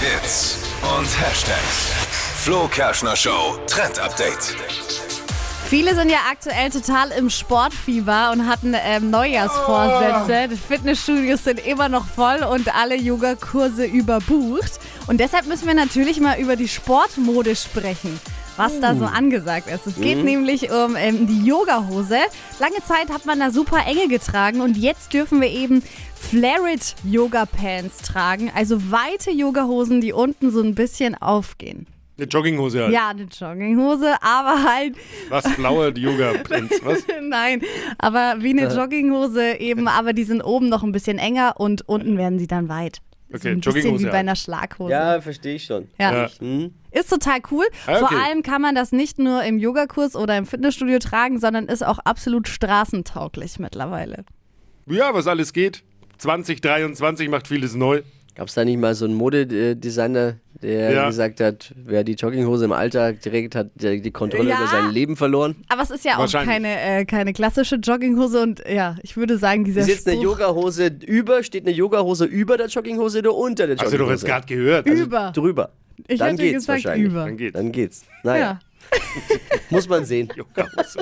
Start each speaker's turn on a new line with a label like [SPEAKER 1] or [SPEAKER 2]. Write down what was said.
[SPEAKER 1] Hits und Hashtags. Flo Kerschner Show Trend Update.
[SPEAKER 2] Viele sind ja aktuell total im Sportfieber und hatten ähm, Neujahrsvorsätze. Die Fitnessstudios sind immer noch voll und alle Yogakurse überbucht. Und deshalb müssen wir natürlich mal über die Sportmode sprechen. Was da so angesagt ist. Es geht nämlich um ähm, die Yogahose. Lange Zeit hat man da super enge getragen und jetzt dürfen wir eben Flared Yoga Pants tragen. Also weite Yogahosen, die unten so ein bisschen aufgehen.
[SPEAKER 3] Eine Jogginghose halt.
[SPEAKER 2] Ja, eine Jogginghose, aber halt
[SPEAKER 3] Was, blaue Yoga-Prinz, was?
[SPEAKER 2] Nein, aber wie
[SPEAKER 4] Äh.
[SPEAKER 2] eine Jogginghose eben, aber die sind oben noch ein bisschen enger und unten werden sie dann weit. so
[SPEAKER 3] Okay,
[SPEAKER 2] ein bisschen
[SPEAKER 3] Jogginghose,
[SPEAKER 2] wie bei
[SPEAKER 3] ja.
[SPEAKER 2] einer Schlaghose.
[SPEAKER 4] Ja, Hm? verstehe ich schon.
[SPEAKER 2] Ja.
[SPEAKER 3] Ja.
[SPEAKER 2] Ist total cool.
[SPEAKER 3] Ah,
[SPEAKER 2] Vor
[SPEAKER 3] okay.
[SPEAKER 2] allem kann man das nicht nur im Yogakurs oder im Fitnessstudio tragen, sondern ist auch absolut straßentauglich mittlerweile.
[SPEAKER 3] Ja, was alles geht. 2023 macht vieles neu.
[SPEAKER 4] Gab es da nicht mal so einen Modedesigner, der
[SPEAKER 3] Ja.
[SPEAKER 4] gesagt hat, wer die Jogginghose im Alltag trägt, hat der die Kontrolle
[SPEAKER 2] Ja.
[SPEAKER 4] über sein Leben verloren?
[SPEAKER 2] Aber es ist ja auch
[SPEAKER 3] Wahrscheinlich.
[SPEAKER 2] keine, äh, keine klassische Jogginghose und ja, ich würde sagen, dieser
[SPEAKER 4] Ist jetzt eine
[SPEAKER 2] Spruch
[SPEAKER 4] Yogahose über, steht eine Yogahose über der Jogginghose oder unter der
[SPEAKER 3] Hast du Also doch
[SPEAKER 4] Jogginghose?
[SPEAKER 3] jetzt gerade gehört. Also,
[SPEAKER 2] über.
[SPEAKER 4] drüber.
[SPEAKER 2] Ah. Ich
[SPEAKER 4] also Dann
[SPEAKER 2] hätte
[SPEAKER 4] geht's
[SPEAKER 2] gesagt
[SPEAKER 4] wahrscheinlich.
[SPEAKER 3] Ah,
[SPEAKER 2] über.
[SPEAKER 3] Dann geht's.
[SPEAKER 4] Dann geht's.
[SPEAKER 2] ja.
[SPEAKER 4] Naja, muss man sehen.
[SPEAKER 3] Yoga-Hose.